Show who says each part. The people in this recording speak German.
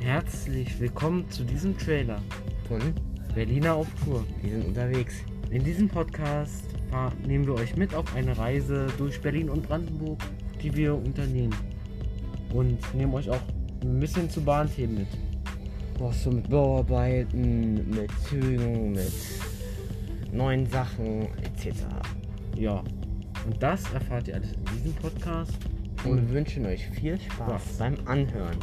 Speaker 1: herzlich willkommen zu diesem Trailer
Speaker 2: von
Speaker 1: Berliner auf Tour.
Speaker 2: Wir sind unterwegs.
Speaker 1: In diesem Podcast fahr- nehmen wir euch mit auf eine Reise durch Berlin und Brandenburg, die wir unternehmen. Und nehmen euch auch ein bisschen zu Bahnthemen mit.
Speaker 2: Was so mit Bauarbeiten, mit Zügen, mit neuen Sachen etc.
Speaker 1: Ja. Und das erfahrt ihr alles in diesem Podcast.
Speaker 2: Und wir wünschen euch viel Spaß beim Anhören.